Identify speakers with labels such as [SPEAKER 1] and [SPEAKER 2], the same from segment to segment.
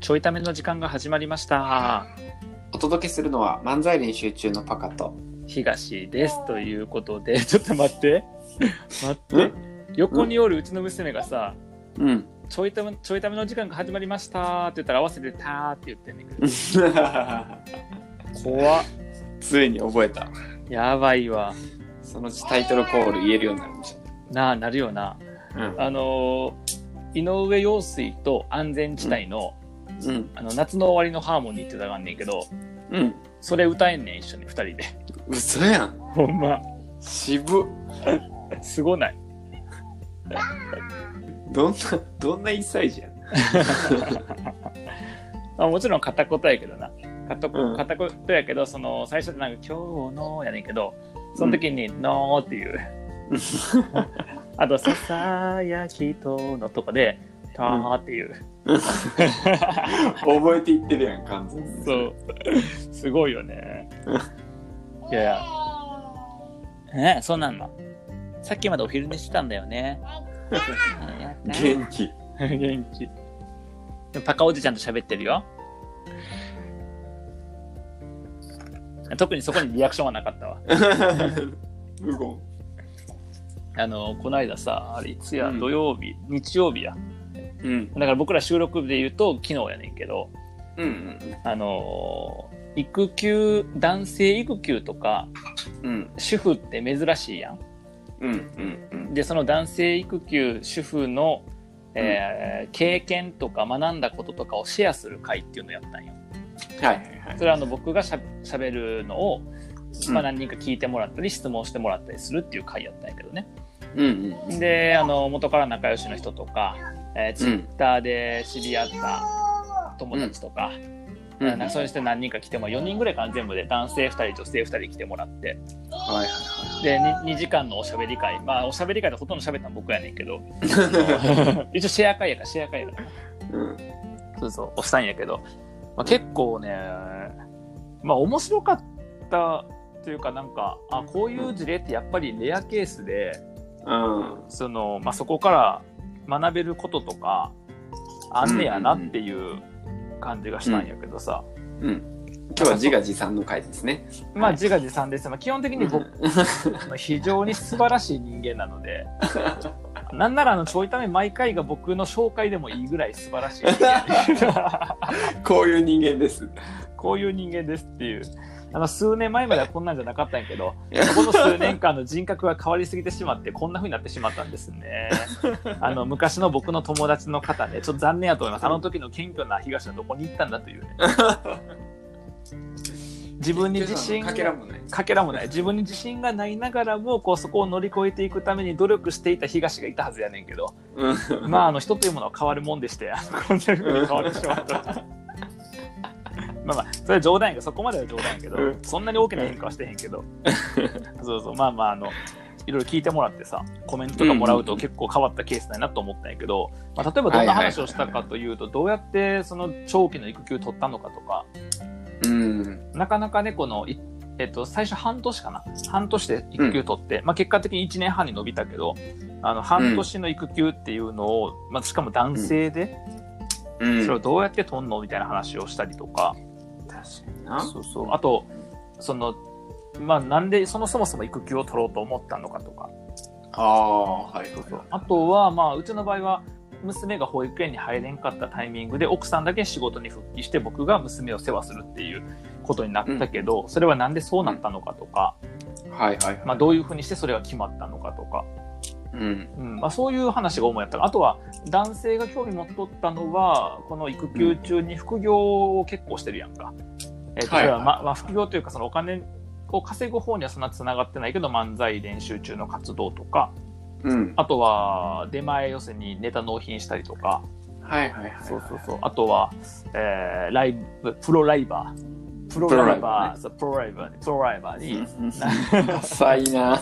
[SPEAKER 1] ちょいための時間が始まりました。
[SPEAKER 2] お届けするのは漫才練習中のパカと。
[SPEAKER 1] 東です。ということで、 ちょっと待って。待って。横におるうちの娘がさ、
[SPEAKER 2] うん。
[SPEAKER 1] ちょいため、ちょいための時間が始まりましたって言ったら合わせてたーって言ってんねんけど。怖っ。
[SPEAKER 2] ついに覚えた。
[SPEAKER 1] やばいわ。
[SPEAKER 2] そのうちタイトルコール言えるようになるんじ
[SPEAKER 1] なあ、なるよな。
[SPEAKER 2] ゃない
[SPEAKER 1] あのー井上陽水と安全地帯の、
[SPEAKER 2] うん。
[SPEAKER 1] あの、夏の終わりのハーモニーって歌があんねんけど、
[SPEAKER 2] うん。うん。
[SPEAKER 1] それ歌えんねん、一緒に、二人で。
[SPEAKER 2] 嘘やん。
[SPEAKER 1] ほんま、
[SPEAKER 2] 渋っ。
[SPEAKER 1] すごない。
[SPEAKER 2] どんな、どんな一歳児やん。
[SPEAKER 1] まあ、もちろん片言やけどな片,、
[SPEAKER 2] うん
[SPEAKER 1] 片言やけどその最初ってなんか「今日の」やねんけどその時に「の」っていう、あと「ささやきと」のとこで「た」っていう、
[SPEAKER 2] 覚えていってるやん、完全に。
[SPEAKER 1] そうすごいよねいやいやねそうなんのさっきまでお昼寝してたんだよねやった
[SPEAKER 2] 元気。
[SPEAKER 1] 元気でもパカおじちゃんと喋ってるよ特にそこにリアクションはなかったわ
[SPEAKER 2] 無言。
[SPEAKER 1] あのこの間さあれいつや、
[SPEAKER 2] うん
[SPEAKER 1] 土曜日日曜日や
[SPEAKER 2] うん。
[SPEAKER 1] だから僕ら収録日で言うと昨日やねんけど
[SPEAKER 2] うん。
[SPEAKER 1] あのー育休男性育休とか
[SPEAKER 2] うん。
[SPEAKER 1] 主婦って珍しいやん
[SPEAKER 2] うん。うん。うん。
[SPEAKER 1] でその男性育休主婦の、えー経験とか学んだこととかをシェアする会っていうのをやったんよ
[SPEAKER 2] はいはいはい
[SPEAKER 1] そ。れはあの僕がしゃしゃべるのを、まあ、
[SPEAKER 2] うん
[SPEAKER 1] 何人か聞いてもらったり質問してもらったりするっていう会やったんやけどね
[SPEAKER 2] うん。うん。
[SPEAKER 1] であの元から仲良しの人とか、えー、ツイ
[SPEAKER 2] うん
[SPEAKER 1] ッターで知り合った友達とか,、
[SPEAKER 2] うん。
[SPEAKER 1] なんかそうして何人か来ても4人ぐらいかな全部で男性2人女性2人来てもらって
[SPEAKER 2] はい
[SPEAKER 1] で 2, 時間のおしゃべり会まあおしゃべり会でほとんど喋ったの僕やねんけ ど
[SPEAKER 2] はいはい。
[SPEAKER 1] 一応シェア会やからシェア会やから
[SPEAKER 2] うん。
[SPEAKER 1] そうそう押したんやけど、まあ、結構ねまあ面白かったというかなんかあこういう事例ってやっぱりレアケースで。
[SPEAKER 2] うん。
[SPEAKER 1] その、まあ、そこから学べることとかあんねやなっていう感じがしたんやけどさ、
[SPEAKER 2] うん。今日は自画自賛の回ですね。
[SPEAKER 1] まあ自画自賛です、まあ、基本的に僕の非常に素晴らしい人間なの でなんならあのちょいため毎回が僕の紹介でもいいぐらい素晴らしい人 間
[SPEAKER 2] こういう人間です。
[SPEAKER 1] こういう人間ですっていうあの数年前まではこんなんじゃなかったんやけどこの数年間の人格が変わりすぎてしまってこんな風になってしまったんですね。あの昔の僕の友達の方ねちょっと残念やと思いますあの時の謙虚な東はどこに行ったんだというね自分に自信
[SPEAKER 2] かけらもない。
[SPEAKER 1] かけらもない自分に自信がないながらもこうそこを乗り越えていくために努力していた東がいたはずやねんけど
[SPEAKER 2] うん
[SPEAKER 1] まああの人というものは変わるもんでしてあのこんな風に変わってしま った。まあまあそれは冗談やけどそこまでは冗談やけど、
[SPEAKER 2] うん
[SPEAKER 1] そんなに大きな変化はしてへんけどそうそうまあまああのいろいろ聞いてもらってさコメントとかもらう
[SPEAKER 2] うんうんう
[SPEAKER 1] と
[SPEAKER 2] ん
[SPEAKER 1] 結構変わったケースだなと思ったんやけど、まあ、例えばどんな話をしたかというとどうやってその長期の育休取ったのかとか
[SPEAKER 2] うん。
[SPEAKER 1] なかなかねこの、いえっと、最初半年かな半年で育休取って、まあ、結果的に1年半に伸びたけどあの半年の育休っていうのを、まあ、しかも男性でそ
[SPEAKER 2] うん。
[SPEAKER 1] れをどうやって取んのみたいな話をしたりとか。
[SPEAKER 2] 確かにな。
[SPEAKER 1] そうそうあとそのまあなんでそのそもそも育休を取ろうと思ったのかとか
[SPEAKER 2] ああ、はい。
[SPEAKER 1] そうそうあとはまあうちの場合は娘が保育園に入れんかったタイミングで奥さんだけ仕事に復帰して僕が娘を世話するっていうことになったけど、それはなんでそうなったのかとか、
[SPEAKER 2] はいはいはい。
[SPEAKER 1] まあ、どういうふうにしてそれが決まったのかとか、
[SPEAKER 2] うん。
[SPEAKER 1] うんまあ、そういう話が主やったあとは男性が興味持っとったのはこの育休中に副業を結構してるやんか、えーと
[SPEAKER 2] はい
[SPEAKER 1] それはままあ、副業というかそのお金を稼ぐ方にはそんなつながってないけど漫才練習中の活動とか
[SPEAKER 2] うん。
[SPEAKER 1] あとは出前寄せにネタ納品したりとか
[SPEAKER 2] はいはいはい。
[SPEAKER 1] そうそうそうあとは、えーライブプロライバープロ
[SPEAKER 2] プロ
[SPEAKER 1] ラ
[SPEAKER 2] ラ
[SPEAKER 1] イ
[SPEAKER 2] イ
[SPEAKER 1] バ
[SPEAKER 2] バ
[SPEAKER 1] ーそうプロライバーにプロライバーに、
[SPEAKER 2] うん。浅いな。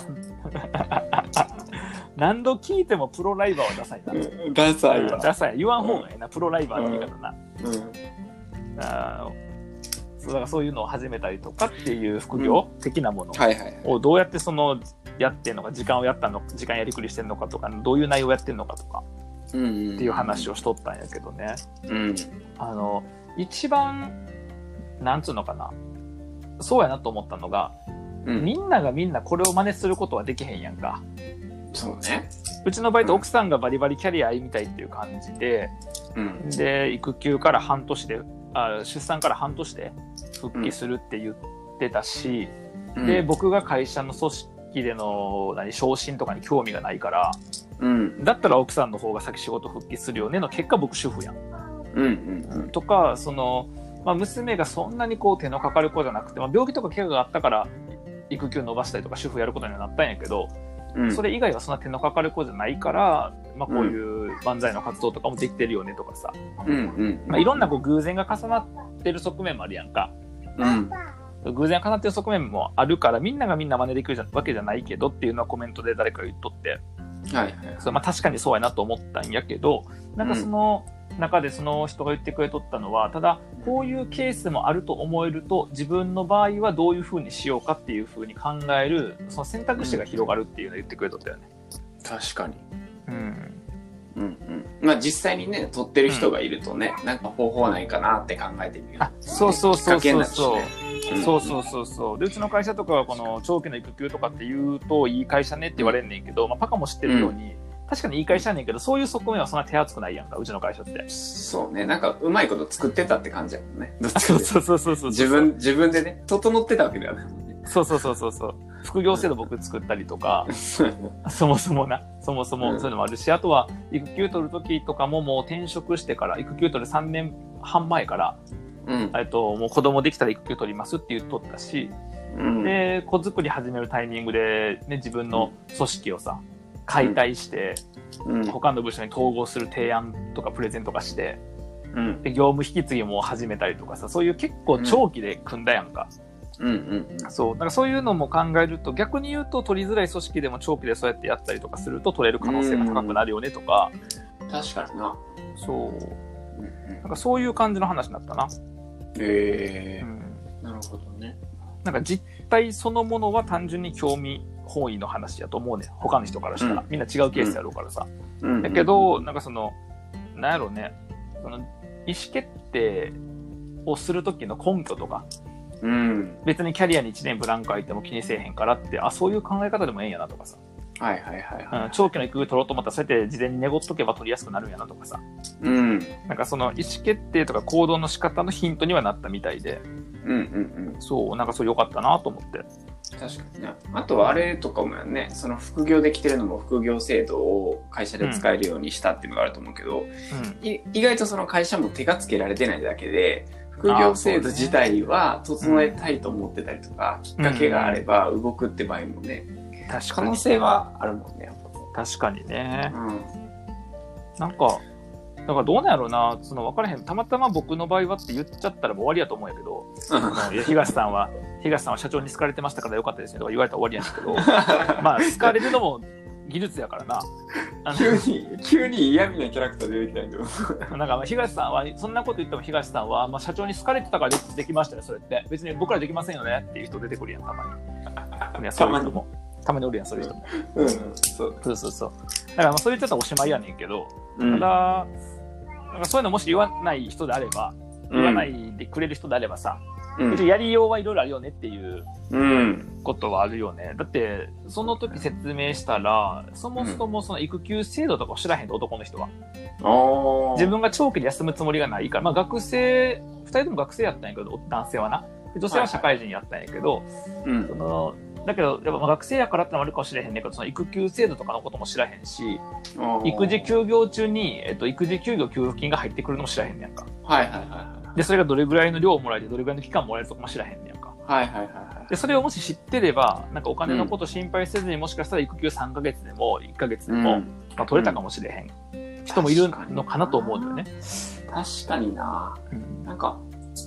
[SPEAKER 1] 何度聞いてもプロライバーはダサいな。
[SPEAKER 2] ダサいわ。
[SPEAKER 1] ダサい言わん方がええな、プロライバーって言い方な。
[SPEAKER 2] うん。
[SPEAKER 1] あーそうだからそういうのを始めたりとかっていう副業的なもの
[SPEAKER 2] はいはい。
[SPEAKER 1] をどうやってそのやってんのか時間をやったの時間やりくりしてんのかとかどういう内容をやってんのかとか
[SPEAKER 2] うん。
[SPEAKER 1] っていう話をしとったんやけどね
[SPEAKER 2] うん。
[SPEAKER 1] あの一番なんつうのかなそうやなと思ったのが、
[SPEAKER 2] うん。
[SPEAKER 1] みんながみんなこれを真似することはできへんやんか
[SPEAKER 2] そうね。
[SPEAKER 1] うちのバイト
[SPEAKER 2] うん
[SPEAKER 1] 奥さんがバリバリキャリアみたいっていう感じで
[SPEAKER 2] うん。
[SPEAKER 1] で育休から半年であ出産から半年で復帰するって言ってたし、で僕が会社の組織での何昇進とかに興味がないから
[SPEAKER 2] うん。
[SPEAKER 1] だったら奥さんの方が先仕事復帰するよねの結果僕主婦やん。
[SPEAKER 2] うん。うん。
[SPEAKER 1] とかその、まあ、娘がそんなにこう手のかかる子じゃなくて、まあ、病気とか怪我があったから育休伸ばしたりとか主婦やることにはなったんやけど、
[SPEAKER 2] うん。
[SPEAKER 1] それ以外はそんな手のかかる子じゃないから、まあ、こういう漫才の活動とかもできてるよねとかさ、
[SPEAKER 2] うん。うん。
[SPEAKER 1] まあ、いろんなこう偶然が重なってる側面もあるやんか。
[SPEAKER 2] うん。
[SPEAKER 1] 偶然重なってる側面もあるからみんながみんな真似できるじゃわけじゃないけどっていうのはコメントで誰かが言っとって
[SPEAKER 2] はい。
[SPEAKER 1] それまあ確かにそうやなと思ったんやけどなんかその中でその人が言ってくれとったのはただこういうケースもあると思えると自分の場合はどういうふうにしようかっていうふうに考えるその選択肢が広がるっていうのを言ってくれとったよね。
[SPEAKER 2] 確かに。
[SPEAKER 1] うん
[SPEAKER 2] うんうん。まあ実際にね、撮ってる人がいるとね、なんか方法ないかなって考えてみる。
[SPEAKER 1] あそうそうそうそうそう。そう
[SPEAKER 2] う。
[SPEAKER 1] そうそうそうでうちの会社とかはこの長期の育休とかって言うといい会社ねって言われんねんけど、まあ、パカも知ってるように、確かにいい会社やねんけどそういう側面はそんな手厚くないやんかうちの会社って
[SPEAKER 2] そうね。なんかうまいこと作ってたって感じやもんね。どっち か
[SPEAKER 1] そう
[SPEAKER 2] っていうと
[SPEAKER 1] そうそうそうそう
[SPEAKER 2] 自分、自分でね、整ってたわけではないもんね。
[SPEAKER 1] そうそうそうそうそう副業制度僕作ったりと か、そもそもなそもそうも
[SPEAKER 2] ん
[SPEAKER 1] そういうのもあるし、あとは育休取る時とかももう転職してから育休取る3年半前から、
[SPEAKER 2] うん。
[SPEAKER 1] えっと、もう子供できたら育休取りますって言っとったし、
[SPEAKER 2] うん。
[SPEAKER 1] で子作り始めるタイミングで、ね、自分の組織をさ解体して、
[SPEAKER 2] うん。
[SPEAKER 1] 他の部署に統合する提案とかプレゼントとかして
[SPEAKER 2] うん。
[SPEAKER 1] で業務引き継ぎも始めたりとかさそういう結構長期で組んだやんか、
[SPEAKER 2] うん。うん。
[SPEAKER 1] そうなんかそういうのも考えると逆に言うと取りづらい組織でも長期でそうやってやったりとかすると取れる可能性が高くなるよねとか、
[SPEAKER 2] 確かにな。
[SPEAKER 1] そう
[SPEAKER 2] うんうん
[SPEAKER 1] なんかそういう感じの話になったな、
[SPEAKER 2] え
[SPEAKER 1] うん、
[SPEAKER 2] ー、なるほどね。
[SPEAKER 1] なんか実態そのものは単純に興味本位の話やと思うね他の人からしたら、
[SPEAKER 2] うん
[SPEAKER 1] みんな違うケースやろうからさ、
[SPEAKER 2] うん
[SPEAKER 1] だけ、ど、なんかその、なんやろうね、その意思決定をするときの根拠とか、
[SPEAKER 2] うん。
[SPEAKER 1] 別にキャリアに1年ブランク空いても気にせえへんからって、あ、そういう考え方でもええんやなとかさ、
[SPEAKER 2] はいはいは
[SPEAKER 1] う
[SPEAKER 2] い
[SPEAKER 1] ん
[SPEAKER 2] は
[SPEAKER 1] 長期の育休取ろうと思ったら、そうやって事前に寝ごっとけば取りやすくなるんやなとかさ、
[SPEAKER 2] い。うん。うん
[SPEAKER 1] なんかその意思決定とか行動の仕方のヒントにはなったみたいで、
[SPEAKER 2] うんうん。
[SPEAKER 1] そう、なんかそれ良かったなと思って。
[SPEAKER 2] 確かにね。あとはあれとかもやね、その副業できてるのも副業制度を会社で使えるようにしたっていうのがあると思うけど、い意外とその会社も手がつけられてないだけで、副業制度自体は整えたいと思ってたりとか、きっかけがあれば動くって場合もね、
[SPEAKER 1] うん、確
[SPEAKER 2] 可
[SPEAKER 1] かに
[SPEAKER 2] 能。性はあるもんね。
[SPEAKER 1] 確かにね
[SPEAKER 2] う。ん。
[SPEAKER 1] なんか、だからどうなんやろうな、その分からへん、たまたま僕の場合はって言っちゃったらもう終わりやと思うんやけど、いや東さんは、東さんは社長に好かれてましたからよかったですねとか言われたら終わりやけど、 まあ、好かれるのも技術やからな。あ
[SPEAKER 2] 急に、急に嫌味なキャラクター出てきたんやけど。
[SPEAKER 1] のなんかまあ、東さんは、そんなこと言っても東さんは、まあ、社長に好かれてたからでできましたね、それって。別に僕らできませんよねっていう人出てくるやん、たまに。いや、そういう人も。たまにおるやん、そういう人も。
[SPEAKER 2] うん、そう。
[SPEAKER 1] そうそうそう。だからまあ、そう言っちゃったらおしまいやねんけど、
[SPEAKER 2] うん
[SPEAKER 1] ただ、なんかそういうのもし言わない人であれば、言わないでくれる人であればさ、
[SPEAKER 2] うん
[SPEAKER 1] 一応やりようはいろいろあるよねっていう
[SPEAKER 2] うん。
[SPEAKER 1] ことはあるよね。だって、その時説明したら、そもそもその育休制度とかを知らへんと男の人は。
[SPEAKER 2] おー
[SPEAKER 1] 自分が長期で休むつもりがないから、まあ学生、二人とも学生やったんやけど、男性はな。で女性は社会人やったんやけど、
[SPEAKER 2] うん
[SPEAKER 1] そ。の、だけど、やっぱまあ学生やからってのもあるかもしれへんねんけど、その育休制度とかのことも知らへんし、
[SPEAKER 2] おー
[SPEAKER 1] 育児。休業中に、えっと、育児休業給付金が入ってくるのも知らへんねやんか。
[SPEAKER 2] はいはいは
[SPEAKER 1] で、それがどれぐらいの量をもらえて、どれぐらいの期間もらえるとかも知らへんねやんか。
[SPEAKER 2] いはい。はいはいはいは
[SPEAKER 1] でそれをもし知ってればなんかお金のこと心配せずに、もしかしたら育休3ヶ月でも1ヶ月
[SPEAKER 2] い。
[SPEAKER 1] でも、まあ、取れたかもしれへん、人もいるのかなと思うんだよね。
[SPEAKER 2] 確かにな。
[SPEAKER 1] うん
[SPEAKER 2] なんか、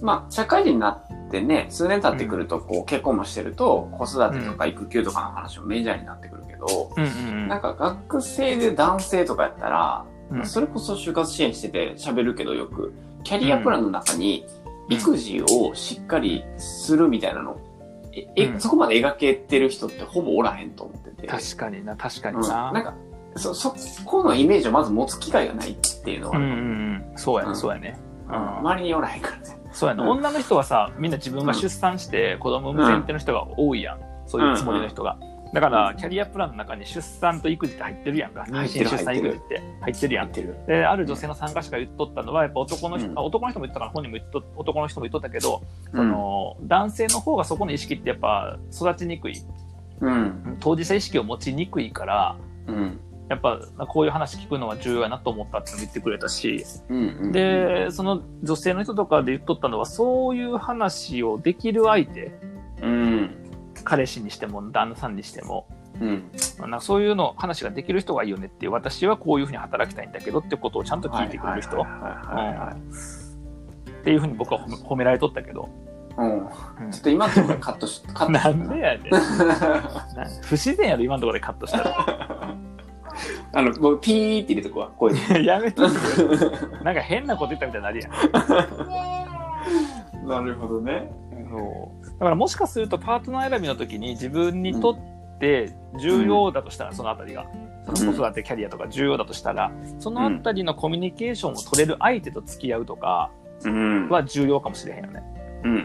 [SPEAKER 2] まあ、社会人になってね、数年経ってくると、こう、結婚もしてると、子育てとか育休とかの話もメジャーになってくるけど、
[SPEAKER 1] うんうん
[SPEAKER 2] なんか学生で男性とかやったら、
[SPEAKER 1] うん
[SPEAKER 2] それこそ就活支援してて喋るけどよく、キャリアプランの中に育児をしっかりするみたいなの、え、
[SPEAKER 1] う
[SPEAKER 2] え、
[SPEAKER 1] ん
[SPEAKER 2] そこまで描けてる人ってほぼおらへんと思ってて。
[SPEAKER 1] 確かにな確か
[SPEAKER 2] う
[SPEAKER 1] に
[SPEAKER 2] ん、
[SPEAKER 1] な。
[SPEAKER 2] なんか、そ、そこのイメージをまず持つ機会がないっていうのは
[SPEAKER 1] う
[SPEAKER 2] あ
[SPEAKER 1] んう
[SPEAKER 2] る、
[SPEAKER 1] んうんそうや
[SPEAKER 2] う
[SPEAKER 1] ね
[SPEAKER 2] ん
[SPEAKER 1] そうやねうん
[SPEAKER 2] 周りにおらへんからね。
[SPEAKER 1] そうやな、
[SPEAKER 2] うん
[SPEAKER 1] 女の人はさみんな自分が出産して子供産む前提の人が多いやん、そういうつもりの人が、だからキャリアプランの中に出産と育児って入ってるやんか妊
[SPEAKER 2] 入ってる
[SPEAKER 1] 娠出産育児って入ってるやん
[SPEAKER 2] てる。
[SPEAKER 1] である女性の参加者が言っとったのはやっぱ男の人、
[SPEAKER 2] うん
[SPEAKER 1] あ男の人も言っとったから本人も言っと男の人も言っとったけど、
[SPEAKER 2] う
[SPEAKER 1] そ
[SPEAKER 2] ん。
[SPEAKER 1] の男性の方がそこの意識ってやっぱ育ちにくい
[SPEAKER 2] うん。
[SPEAKER 1] 当事者意識を持ちにくいから
[SPEAKER 2] うん。
[SPEAKER 1] やっぱこういう話聞くのは重要やなと思ったって言ってくれたし、
[SPEAKER 2] うん。
[SPEAKER 1] でその女性の人とかで言っとったのはそういう話をできる相手
[SPEAKER 2] うん。
[SPEAKER 1] 彼氏にしても旦那さんにしても
[SPEAKER 2] うん。
[SPEAKER 1] なんかそういうの話ができる人がいいよねっていう私はこういうふうに働きたいんだけどってことをちゃんと聞いてくれる人
[SPEAKER 2] はい
[SPEAKER 1] っ
[SPEAKER 2] はいはいはいはい
[SPEAKER 1] ていうふうに僕は褒め褒められとったけど、
[SPEAKER 2] うん。ちょっと今のところカットし、 カットし
[SPEAKER 1] なんでやねんな不自然やろ今のところでカットしたら
[SPEAKER 2] あの、もうピーって入れとこわ、 声で。
[SPEAKER 1] やめとくよなんか変なこと言ったみたいになるやん
[SPEAKER 2] なるほどね。
[SPEAKER 1] そうだからもしかするとパートナー選びの時に自分にとって重要だとしたら、そのあたりがその子育てキャリアとか重要だとしたら、そのあたりのコミュニケーションを取れる相手と付き合うとか
[SPEAKER 2] うん。
[SPEAKER 1] は重要かもしれへんよね。
[SPEAKER 2] うんうん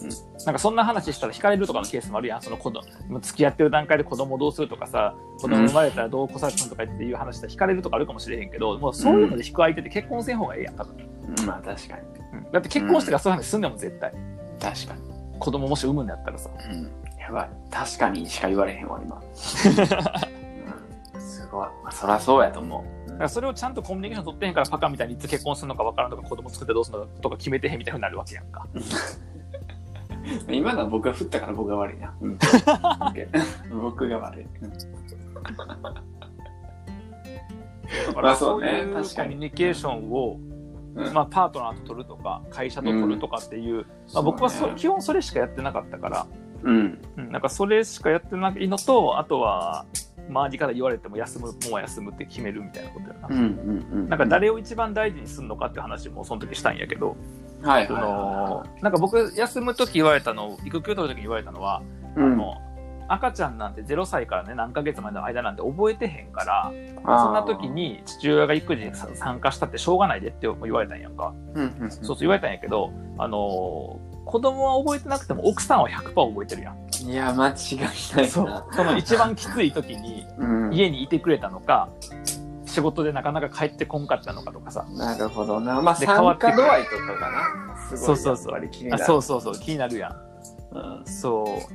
[SPEAKER 2] うん
[SPEAKER 1] なんかそんな話したら惹かれるとかのケースもあるやんその子供もう付き合ってる段階で子供どうするとかさ子供生まれたらどう子育てするとかっていう話で惹かれるとかあるかもしれへんけどもうそういうので引く相手って結婚せん方がええやん多分、
[SPEAKER 2] うん。まあ確かに。
[SPEAKER 1] だって結婚してからそういう話すんでもん絶対
[SPEAKER 2] 確かに。
[SPEAKER 1] 子供もし産むんだったらさ
[SPEAKER 2] うん。やばい。確かにしか言われへんわ、 今。うんすごい。まあ、そらそうやと思う。
[SPEAKER 1] だからそれをちゃんとコミュニケーション取ってへんからパカみたいにいつ結婚するのか分からんとか子供作ってどうするのかとか決めてへんみたいになるわけやんか
[SPEAKER 2] 今のは僕が振ったから僕が悪いな。うん 僕が悪い。
[SPEAKER 1] だか
[SPEAKER 2] ま
[SPEAKER 1] ら
[SPEAKER 2] あそ
[SPEAKER 1] そうう
[SPEAKER 2] ね
[SPEAKER 1] いうコミ
[SPEAKER 2] 確かに
[SPEAKER 1] ュニケーションを、
[SPEAKER 2] うん
[SPEAKER 1] まあ、パートナーと取るとか会社と取るとかっていう、まあ、僕はそ、
[SPEAKER 2] うね
[SPEAKER 1] 基本それしかやってなかったから、
[SPEAKER 2] うん。
[SPEAKER 1] うん、なんかそれしかやってないのとあとは周りから言われても休むもんは休むって決めるみたいなことやな。
[SPEAKER 2] うんうんうん。
[SPEAKER 1] なんか誰を一番大事にするのかって話もその時したんやけど、
[SPEAKER 2] はい
[SPEAKER 1] そ
[SPEAKER 2] はい
[SPEAKER 1] の
[SPEAKER 2] は
[SPEAKER 1] なんか僕休む時言われたの育休取る時に言われたのは、
[SPEAKER 2] い。うん
[SPEAKER 1] あの赤ちゃんなんて0歳からね何ヶ月までの間なんて覚えてへんから
[SPEAKER 2] あー
[SPEAKER 1] そんな時に父親が育児にさ参加したってしょうがないでって言われたんやんか、
[SPEAKER 2] うんうんうん
[SPEAKER 1] そうそう言われたんやけどあのー子供は覚えてなくても奥さんは100%覚えてるやん
[SPEAKER 2] いや、間違いない
[SPEAKER 1] そ
[SPEAKER 2] な
[SPEAKER 1] う。その一番きつい時に
[SPEAKER 2] うん
[SPEAKER 1] 家にいてくれたのか仕事でなかなか帰ってこんかったのかとかさ
[SPEAKER 2] なるほどな。まあ、
[SPEAKER 1] で
[SPEAKER 2] 参
[SPEAKER 1] 変わって
[SPEAKER 2] 加
[SPEAKER 1] くる
[SPEAKER 2] 度合いとかがな。す
[SPEAKER 1] そ
[SPEAKER 2] ごい。
[SPEAKER 1] うそうそう
[SPEAKER 2] やっぱり気に
[SPEAKER 1] あ
[SPEAKER 2] なる。
[SPEAKER 1] そうそうそう気になるやん
[SPEAKER 2] うん。
[SPEAKER 1] そう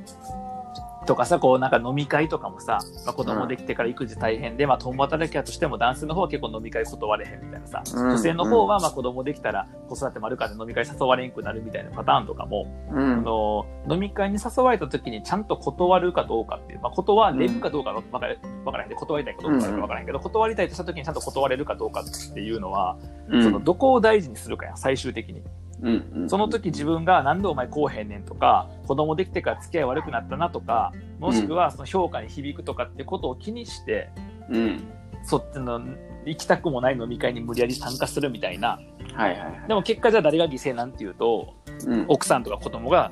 [SPEAKER 1] とかさこうなんか飲み会とかもさ、まあ、子供できてから育児大変で、まあ、共働きやとしても男性の方は結構飲み会断れへんみたいなさ、
[SPEAKER 2] うん
[SPEAKER 1] 女性の方はまあ子供できたら子育てもあるから飲み会誘われんくなるみたいなパターンとかも、
[SPEAKER 2] うん
[SPEAKER 1] あの飲み会に誘われた時にちゃんと断るかどうかっていう、まあ、断れるかどうかわからわからへんで断りたいかどうかわからへんけど、断りたいとした時にちゃんと断れるかどうかっていうのは、
[SPEAKER 2] うん
[SPEAKER 1] そのどこを大事にするかやん最終的に。
[SPEAKER 2] うんうん
[SPEAKER 1] その時自分がなんでお前こうへんねんとか子供できてから付き合い悪くなったなとかもしくはその評価に響くとかってことを気にして、
[SPEAKER 2] うん。
[SPEAKER 1] そっちの行きたくもない飲み会に無理やり参加するみたいな
[SPEAKER 2] はいはいはい。
[SPEAKER 1] でも結果じゃあ誰が犠牲なんていうと
[SPEAKER 2] うん
[SPEAKER 1] 奥さんとか子供が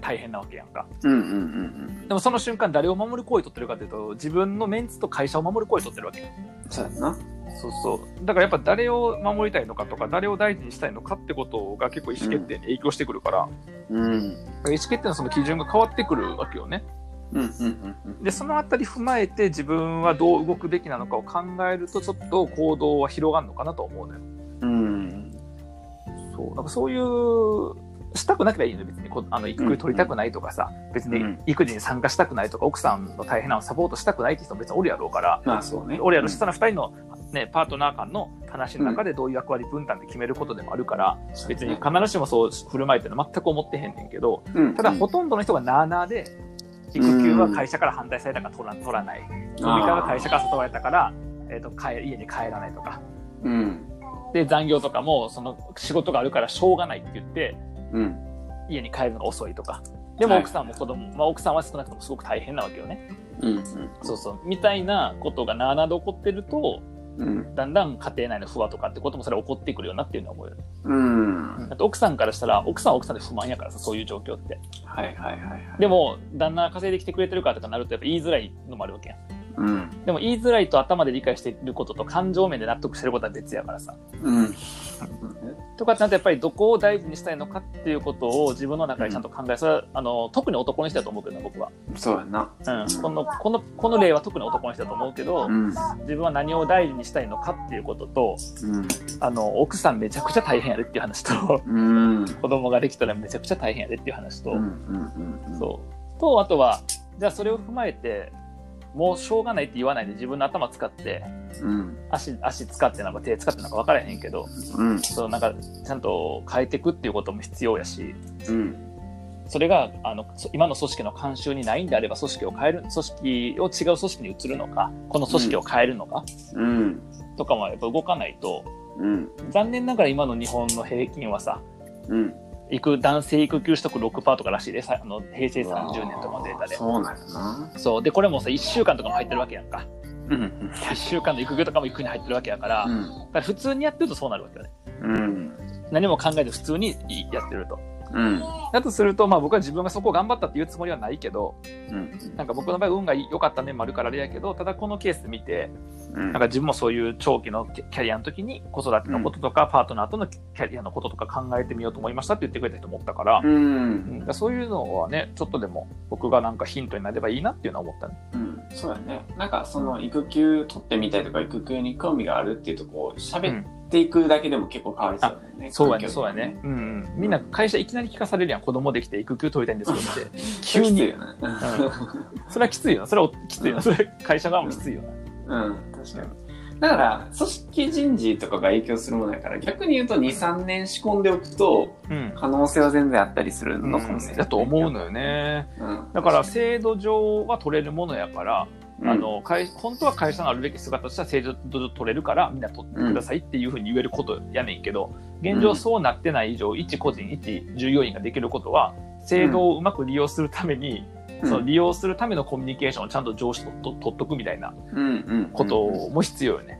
[SPEAKER 1] 大変なわけやんか
[SPEAKER 2] うんうんうん
[SPEAKER 1] でもその瞬間誰を守る行為取ってるかというと自分のメンツと会社を守る行為取ってるわけ
[SPEAKER 2] うん。そうやな。
[SPEAKER 1] そうそうだからやっぱ誰を守りたいのかとか誰を大事にしたいのかってことが結構意思決定に影響してくるから、
[SPEAKER 2] うん。
[SPEAKER 1] 意思決定のその基準が変わってくるわけよね。
[SPEAKER 2] うんうんうんうん。
[SPEAKER 1] でそのあたり踏まえて自分はどう動くべきなのかを考えるとちょっと行動は広がるのかなと思うのよ。
[SPEAKER 2] うん。
[SPEAKER 1] そうなんかそういうしたくなければいいのよ別にこあの育休取りたくないとかさ、別
[SPEAKER 2] う
[SPEAKER 1] に
[SPEAKER 2] ん
[SPEAKER 1] 育児に参加したくないとか奥さんの大変なのをサポートしたくないって人も別におるやろうから
[SPEAKER 2] まあそうね。
[SPEAKER 1] おるやろしその2人の、ね、パートナー間の話の中でどういう役割分担で決めることでもあるから別に必ずしもそう振る舞いっていうのは全く思ってへんねんけど、
[SPEAKER 2] うん
[SPEAKER 1] ただほとんどの人がなあなあで育休は会社から反対されたから取ら取らない飲み会は会社から誘われたから、えー、と帰家に帰らないとか
[SPEAKER 2] うん。
[SPEAKER 1] で残業とかもその仕事があるからしょうがないって言って
[SPEAKER 2] うん。
[SPEAKER 1] 家に帰るのが遅いとかでも
[SPEAKER 2] はい
[SPEAKER 1] 奥さんも子供、まあ、奥さんは少なくともすごく大変なわけよね
[SPEAKER 2] うん
[SPEAKER 1] そうそうみたいなことがなあなあで起こってると
[SPEAKER 2] うん。
[SPEAKER 1] だんだん家庭内の不和とかってこともそれ起こってくるよなっていうのは思うよね
[SPEAKER 2] うん。うん。
[SPEAKER 1] だって奥さんからしたら奥さんは奥さんで不満やからさそういう状況って
[SPEAKER 2] はいはいはいはい。
[SPEAKER 1] でも旦那が稼いできてくれてるからとかなるとやっぱ言いづらいのもあるわけやん
[SPEAKER 2] うん。
[SPEAKER 1] でも言いづらいと頭で理解していることと感情面で納得してることは別やからさ。
[SPEAKER 2] うん。
[SPEAKER 1] とかってなるとやっぱりどこを大事にしたいのかっていうことを自分の中でちゃんと考え、それはあの特に男の人だと思うけどね僕は、
[SPEAKER 2] そうやな。
[SPEAKER 1] うん、このこのこの例は特に男の人だと思うけど、
[SPEAKER 2] うん。
[SPEAKER 1] 自分は何を大事にしたいのかっていうことと
[SPEAKER 2] うん。
[SPEAKER 1] あの奥さんめちゃくちゃ大変やでっていう話と
[SPEAKER 2] うん。
[SPEAKER 1] 子供ができたらめちゃくちゃ大変やでっていう話と、
[SPEAKER 2] うん。うん。うん。
[SPEAKER 1] そうとあとはじゃあそれを踏まえてもうしょうがないって言わないで自分の頭使って
[SPEAKER 2] うん。
[SPEAKER 1] 足足使ってなんか手使ってなんか分からへんけど
[SPEAKER 2] うん。
[SPEAKER 1] そうなんかちゃんと変えていくっていうことも必要やし
[SPEAKER 2] うん。
[SPEAKER 1] それがあのそ今の組織の慣習にないんであれば組織を変える組織を違う組織に移るのかこの組織を変えるのか、
[SPEAKER 2] うん。
[SPEAKER 1] とかもやっぱ動かないと
[SPEAKER 2] うん。
[SPEAKER 1] 残念ながら今の日本の平均はさ
[SPEAKER 2] うん。
[SPEAKER 1] 育男性育休取得6%とからしいでさあの平成30年とかのデータで
[SPEAKER 2] そうなんやな。
[SPEAKER 1] そうでこれもさ1週間とかも入ってるわけやんか
[SPEAKER 2] うん。
[SPEAKER 1] 1週間の育休とかも育休に入ってるわけやから,、だから普通にやってるとそうなるわけよね
[SPEAKER 2] うん。
[SPEAKER 1] 何も考えて普通にやってると
[SPEAKER 2] うん。
[SPEAKER 1] だとすると、まあ、僕は自分がそこを頑張ったっていうつもりはないけど
[SPEAKER 2] うん。
[SPEAKER 1] なんか僕の場合運が良かった面もあるからあれやけどただこのケース見て
[SPEAKER 2] うん。
[SPEAKER 1] なんか自分もそういう長期のキャリアの時に子育てのこととか、パートナーとのキャリアのこととか考えてみようと思いましたって言ってくれた人もおったから,、う
[SPEAKER 2] う
[SPEAKER 1] ん
[SPEAKER 2] ん。
[SPEAKER 1] だからそういうのはねちょっとでも僕がなんかヒントになればいいなっていうのは思ったね。
[SPEAKER 2] うん、そうやね。なんかその育休取ってみたいとか育休に興味があるっていうとこを喋っていくだけでも結構変わりそうだよね。
[SPEAKER 1] そうや
[SPEAKER 2] 環境
[SPEAKER 1] ね、
[SPEAKER 2] と
[SPEAKER 1] そう
[SPEAKER 2] か
[SPEAKER 1] やね。うん、うん。みんな会社いきなり聞かされるやん。子供できて育休取りたいんですけど って。急
[SPEAKER 2] きつい
[SPEAKER 1] に。
[SPEAKER 2] よね。
[SPEAKER 1] それはきついよな。それはきついよな。それ会社側もきついよな。
[SPEAKER 2] うん、確かに。だから、組織人事とかが影響するものだから、逆に言うと2、3年仕込んでおくと、
[SPEAKER 1] うん。
[SPEAKER 2] 可能性は全然あったりするのかもしれない。
[SPEAKER 1] だと思うのよね。
[SPEAKER 2] うん。
[SPEAKER 1] だから制度上は取れるものやから、
[SPEAKER 2] うん
[SPEAKER 1] あ、の会本当は会社のあるべき姿としては制度上取れるからみんな取ってくださいっていうふうに言えることやねんけど、現
[SPEAKER 2] う
[SPEAKER 1] 状
[SPEAKER 2] ん
[SPEAKER 1] そうなってない以上一個人一従業員ができることは制度をうまく利用するために、
[SPEAKER 2] うん
[SPEAKER 1] その利用するためのコミュニケーションをちゃんと上司とと取っとくみたいな
[SPEAKER 2] うんうん。
[SPEAKER 1] ことも必要よね。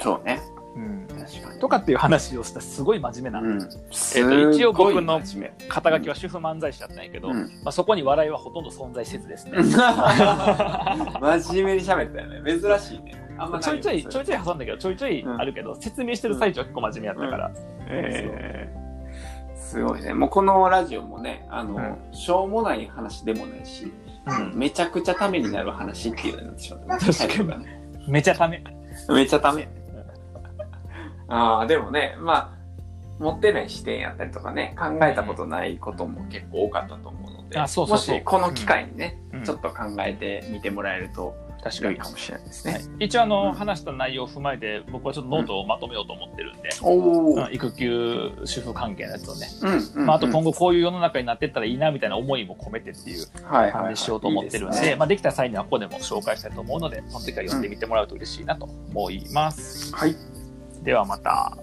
[SPEAKER 2] そうね。
[SPEAKER 1] うん
[SPEAKER 2] 確かに。
[SPEAKER 1] とかっていう話をしたすごい真面目
[SPEAKER 2] う。
[SPEAKER 1] なんえっと一応僕の
[SPEAKER 2] すごい真面
[SPEAKER 1] 肩書きは主婦漫才師だったんやけど、
[SPEAKER 2] うん
[SPEAKER 1] まあ、そこに笑いはほとんど存在せずですね
[SPEAKER 2] 目 真面目に喋ったよね。珍しいね。あんま
[SPEAKER 1] ちょいちょいちょ
[SPEAKER 2] い。
[SPEAKER 1] いちょい挟んだけどちょいちょいあるけど、説明してる最中は結構真面目やったから、
[SPEAKER 2] えーすごいね。もうこのラジオもね、あの、
[SPEAKER 1] う
[SPEAKER 2] しょうもない話でもないし、
[SPEAKER 1] うん
[SPEAKER 2] めちゃくちゃためになる話っていうのになってしまっ
[SPEAKER 1] 確
[SPEAKER 2] た、
[SPEAKER 1] かに
[SPEAKER 2] タイトルがね
[SPEAKER 1] めちゃため
[SPEAKER 2] めっちゃダメ。ああ、でもね、まあ、持ってない視点やったりとかね、考えたことないことも結構多かったと思うので、
[SPEAKER 1] あそうそうそう
[SPEAKER 2] もしこの機会にね、
[SPEAKER 1] うん
[SPEAKER 2] ちょっと考えてみてもらえると
[SPEAKER 1] 確
[SPEAKER 2] 良いかもしれないですね。
[SPEAKER 1] 一応あの、
[SPEAKER 2] うん
[SPEAKER 1] 話した内容を踏まえて僕はちょっとノートをまとめようと思ってるんで、
[SPEAKER 2] おお、う
[SPEAKER 1] うんん育休主婦関係のやつをね、
[SPEAKER 2] うん
[SPEAKER 1] まあ、あと今後こういう世の中になってったらいいなみたいな思いも込めてっていう
[SPEAKER 2] はいはいは
[SPEAKER 1] 感
[SPEAKER 2] い
[SPEAKER 1] じしようと思ってるんで,、
[SPEAKER 2] いいすね
[SPEAKER 1] まあ、できた際にはここでも紹介したいと思うのでその時は読んでみてもらうと嬉しいなと思います、
[SPEAKER 2] はい。
[SPEAKER 1] ではまた。